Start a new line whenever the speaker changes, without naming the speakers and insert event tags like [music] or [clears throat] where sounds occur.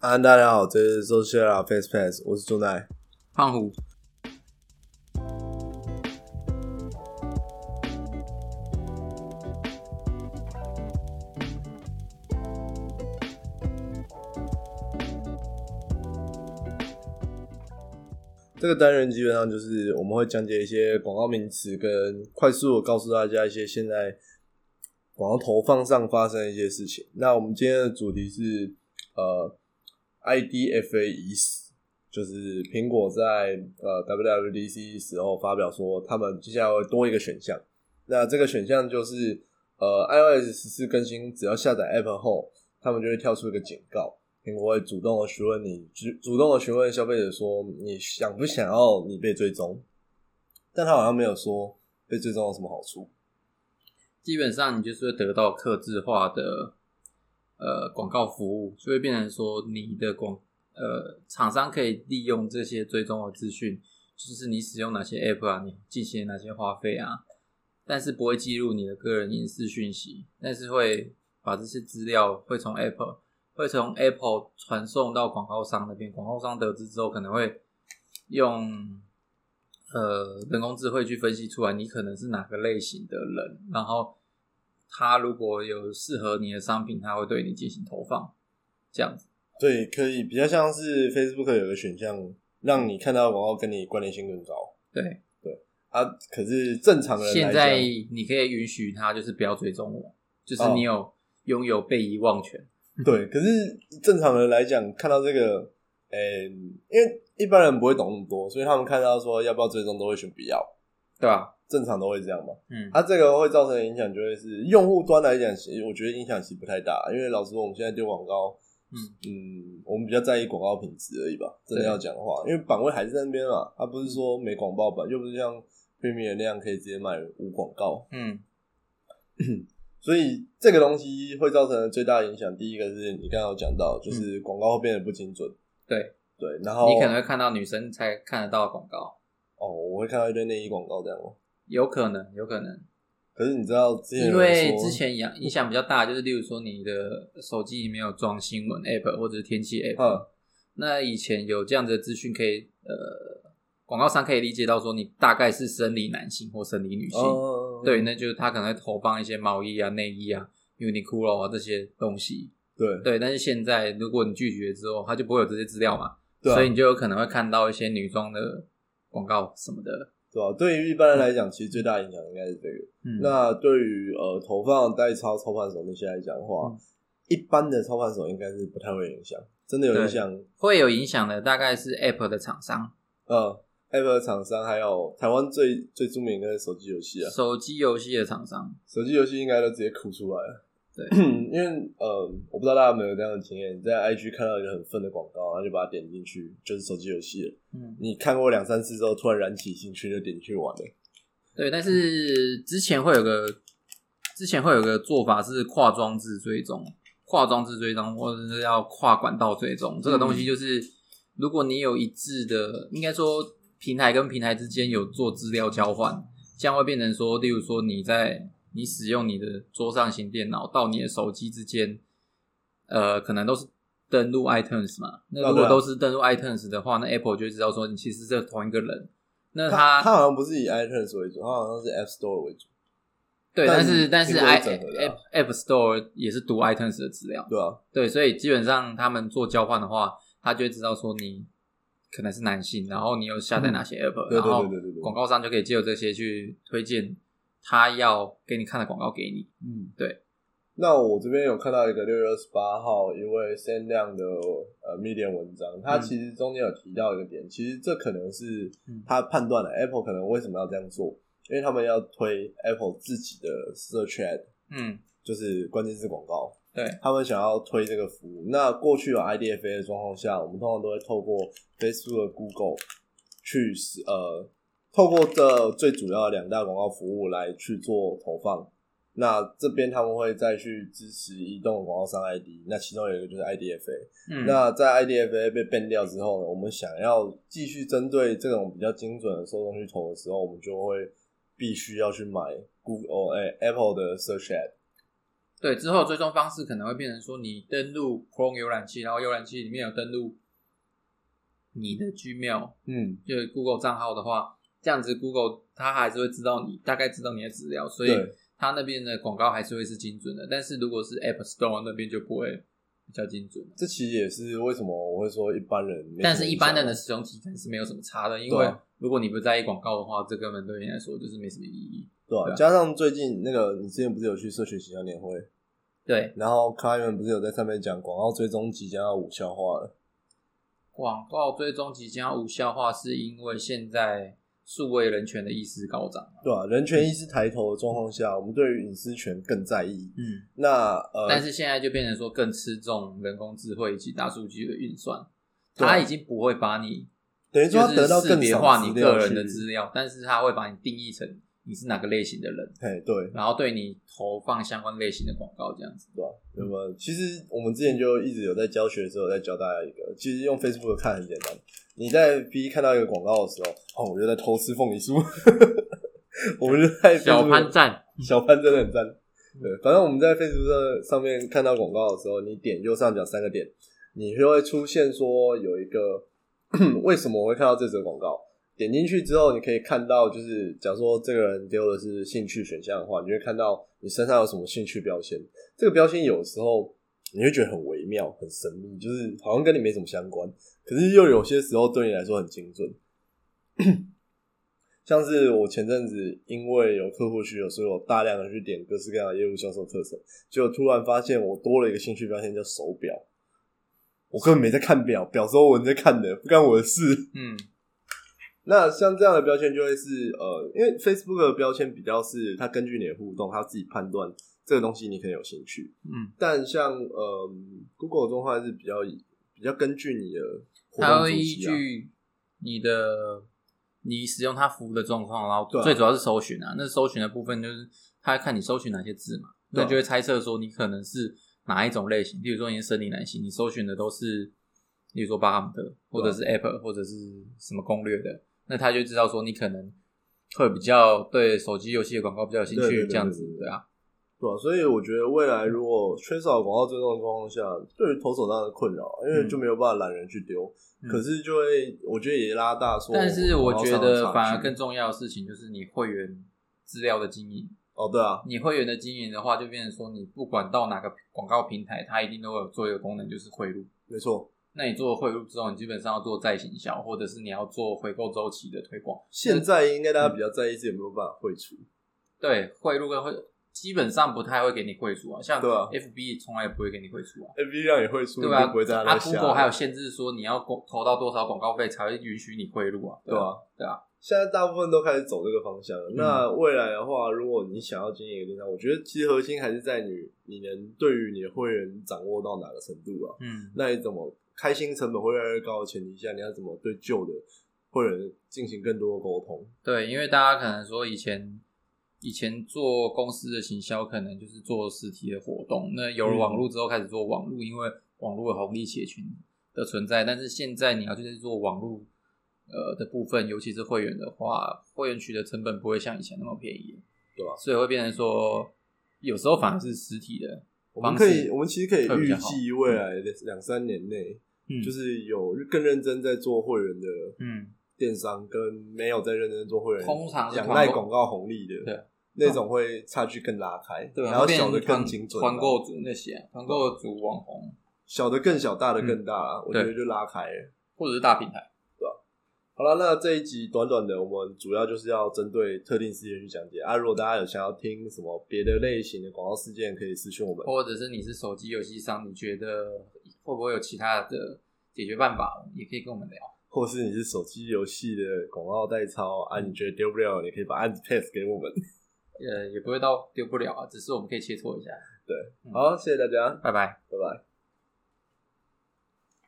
安、啊大家好，这是周谢啦 Face Pass，我是朱奈。
胖虎，
这个单元基本上就是我们会讲解一些广告名词，跟快速的告诉大家一些现在广告投放上发生的一些事情。那我们今天的主题是呃，IDFA 已死，就是苹果在呃 WWDC 时候发表说，他们接下来会多一个选项。那这个选项就是呃，iOS 十四更新，只要下载 App 后，他们就会跳出一个警告。苹果会主动的询问你，主主动的询问消费者说你想不想要你被追踪，但他好像没有说被追踪有什么好处。
基本上你就是会得到客制化的呃广告服务，就会变成说你的广呃厂商可以利用这些追踪的资讯，就是你使用哪些 app 啊，你进行哪些花费啊，但是不会记录你的个人隐私讯息，但是会把这些资料会从 app 会从 Apple 传送到广告商那边，广告商得知之后可能会用呃人工智慧去分析出来你可能是哪个类型的人，然后他如果有适合你的商品，他会对你进行投放，这样子。
对，可以比较像是 Facebook 有个选项，让你看到广告跟你关联性更高
对，
啊。可是正常人来
现
讲
在你可以允许他就是不要追踪我，就是
哦
你有拥有被遗忘权。
对，可是正常人来讲，看到这个，诶、因为一般人不会懂那么多，所以他们看到说要不要追踪都会选不要，
对吧？
正常都会这样嘛。
嗯，
[laughs] 它、啊这个会造成的影响就会是用户端来讲，其实我觉得影响其实不太大，因为老实说，我们现在丢广告，
嗯
嗯，我们比较在意广告品质而已吧。真的要讲的话，因为版位还是在那边嘛，它不是说没广告版，又不是像 Premium 那样可以直接买无广告，
嗯，
所以这个东西会造成的最大的影响，第一个是你刚刚有讲到，就是广告会变得不精准，
嗯对
对，然后
你可能会看到女生才看得到的广告，
哦，我会看到一堆内衣广告这样哦。
有可能，有可能。
可是你知道之前
因
有人
为
说
之前影影响比较大，就是例如说你的手机里面有装新闻 app 或者是天气 app，、
嗯
那以前有这样子的资讯可以呃，广告商可以理解到说你大概是生理男性或生理女性，
哦
对，那就是他可能会投放一些毛衣啊、内衣啊、Uniqlo 啊这些东西，
对
对，但是现在如果你拒绝之后，他就不会有这些资料嘛，
对啊
所以你就有可能会看到一些女装的广告什么的，
对吧、对于一般人来讲，其实最大的影响应该是这个。
嗯，
那对于呃投放代操操盘手那些来讲的话，
嗯
一般的操盘手应该是不太会有影响，真的有影响。
会有影响的大概是 app 的厂商。
呃，Apple 厂商还有台湾最最著名的手机游戏啊，
手机游戏的厂商，
手机游戏应该都直接哭出来了。
对，
[clears throat] 因为呃，我不知道大家有没有这样的经验，你在 IG 看到一个很愤的广告，然后就把它点进去，就是手机游戏了。
嗯，
你看过两三次之后，突然燃起兴趣，就点进去玩了。
对。但是之前会有个，之前会有个做法是跨装置追踪，跨装置追踪，或者是要跨管道追踪。这个东
嗯
西就是，如果你有一致的，应该说平台跟平台之间有做资料交换，这样会变成说，例如说你在你使用你的桌上型电脑到你的手机之间，呃，可能都是登录 iTunes 嘛。那如
对
果
啊
都是登录 iTunes 的话，那 Apple 就会知道说你其实是同一个人。那
它
它
它好像不是以 iTunes 为主，它好像是 App Store 为主，
对，
但
但是但
苹
是
果
i
整合的
App
啊
App Store 也是读 iTunes 的资料，
对吧、
对，所以基本上他们做交换的话，他就会知道说你可能是男性，然后你有下载哪些 App，、
嗯对对
然后
对对对对
广告商就可以借由这些去推荐他要给你看的广告给你。
嗯，
对。
那我这边有看到一个六月二十八号一位限量的呃 Medium 文章，他
嗯
其实中间有提到一个点，其实这可能是
嗯
他判断了 Apple 可能为什么要这样做，因为他们要推 Apple 自己的 Search Ad，
嗯，
就是关键字广告，
对，
他们想要推这个服务。那过去有 IDFA 的状况下，我们通常都会透过 Facebook、Google 去使呃，透过这最主要的两大广告服务来去做投放。那这边他们会再去支持移动的广告商 ID，那其中有一个就是 IDFA。
嗯，
那在 IDFA 被 ban 掉之后呢，我们想要继续针对这种比较精准的受众去投的时候，呃我们就会必须要去买 Google 哎、Apple 的 Search Ad。
对，之后追踪方式可能会变成说，你登录 Chrome 浏览器，然后浏览器里面有登录你的 Gmail，
嗯，
就是 Google 账号的话，这样子 Google 它还是会知道你大概知道你的资料，所以
对，
它那边的广告还是会是精准的。但是如果是 App Store 那边就不会比较精准了，
这其实也是为什么我会说一般人没什么影响，
但是一般人的使用体感是没有什么差的，因
对
为
啊
如果你不在意广告的话，这根本对你来说就是没什么意义。
对啊、
对啊
加上最近那个你之前不是有去社群形象年会，
对，
然后 c l i m 不是有在上面讲广告追踪即将要无效化了，
广告追踪即将无效化，是因为现在数位人权的意识高涨嘛。
对啊，人权意识抬头的状况下，我们对于隐私权更在意。
嗯，
那呃，
但是现在就变成说更吃重人工智慧以及大数据的运算，
对啊
它已经不会把你
等于
就
说他
是
得到
识
更
别
少
化
资
你
料
个人的
去
资料，但是它会把你定义成你是哪个类型的人，
嘿，对，
然后对你投放相关类型的广告这样子。
对吧、啊那么其实我们之前就一直有在教学的时候有在教大家一个，其实用 Facebook 看很简单。你在 B 看到一个广告的时候，哦，我就在偷吃凤梨酥， [laughs] 我们就在 Facebook,
小潘站，
[laughs] 小潘真的很赞。对，反正我们在 Facebook 上面看到广告的时候，你点右上角三个点，你就会出现说有一个 [clears throat] 为什么我会看到这则广告。点进去之后，你可以看到，就是假如说这个人丢的是兴趣选项的话，你就会看到你身上有什么兴趣标签。这个标签有时候你会觉得很微妙、很神秘，就是好像跟你没什么相关，可是又有些时候对你来说很精准。像是我前阵子因为有客户需求，所以我大量的去点各式各样的业务销售课程，结果突然发现我多了一个兴趣标签叫手表，我根本没在看表，表是欧文在看的，不干我的事。
嗯，
那像这样的标签就会是呃，因为 Facebook 的标签比较是它根据你的互动，它自己判断这个东西你可能有兴趣，
嗯，
但像呃 Google 中的话是比较以比较根据你的活
它
动
会
主
依
题啊，
据你的你使用它服务的状况，然
对
后
啊
最主要是搜寻啊。那搜寻的部分就是它看你搜寻哪些字嘛，
对啊
那就会猜测说你可能是哪一种类型。例如说你是生理男性，你搜寻的都是，例如说巴哈姆特，或者是
啊
Apple，或者是什么攻略的，那他就知道说你可能会比较对手机游戏的广告比较有兴
对对对
趣，这样子
对对对
对啊。
对啊，所以我觉得未来如果缺少广告尊重的状况下，对于投手当然困扰，因为就没有办法懒人去丢，
嗯
可是就会我觉得也拉大说，
但是我觉
广告上的差
得
距
反而更重要的事情就是你会员资料的经营。
哦对啊，
你会员的经营的话，就变成说你不管到哪个广告平台，它一定都会有做一个功能，就是汇入。
没错，
那你做了汇入之后，你基本上要做再行销，或者是你要做回购周期的推广。
现在应该大家比较在意是有没有办法汇出，
对汇入跟汇基本上不太会给你汇出啊，像
对啊
FB 从来不会给你汇出啊，
A B 量也汇出，
对
你
吧、
就不会在
啊
那瞎。
，Google 还有限制说你要投投到多少广告费才会允许你汇入啊，
对
吧、
啊，
对啊。
现在大部分都开始走这个方向了。
嗯
那未来的话，如果你想要经营一个电商，我觉得其实核心还是在你你能对于你的会员掌握到哪个程度啊？
嗯，
那你怎么开心成本会越来越高的前提下，你要怎么对旧的会员进行更多的沟通？
对，因为大家可能说以前以前做公司的行销，可能就是做实体的活动。那有了
嗯
网络之后，开始做网络，因为网络有红利社群的存在。但是现在你要去做网络呃的部分，尤其是会员的话，会员取得成本不会像以前那么便宜，
对啊
所以会变成说，有时候反而是实体的，
我们
方
可
式
以，我们其实可以
会比
预
较好
计未来的两三年内，
嗯
就是有更认真在做会员的
嗯，
电商，跟没有在认真做会员，
通常是
仰
团
赖
购
广告红利的，
对，
那种会差距更拉开，
对啊，
然后
变
小
成
的更
团
精准啊，
团购组那些啊团购组网红
小的更小，大的更大啊，我觉得
嗯对
就拉开了。
或者是大平台。
好了，那这一集短短的，我们主要就是要针对特定事件去讲解啊。如果大家有想要听什么别的类型的广告事件，可以私讯我们。
或者是你是手机游戏商，你觉得会不会有其他的解决办法？也可以跟我们聊。
或是你是手机游戏的广告代操啊，你觉得丢不了，你可以把案子 pass 给我们。
呃，也不会到丢不了啊，只是我们可以切磋一下。
好，谢谢大家，
拜拜。
拜拜。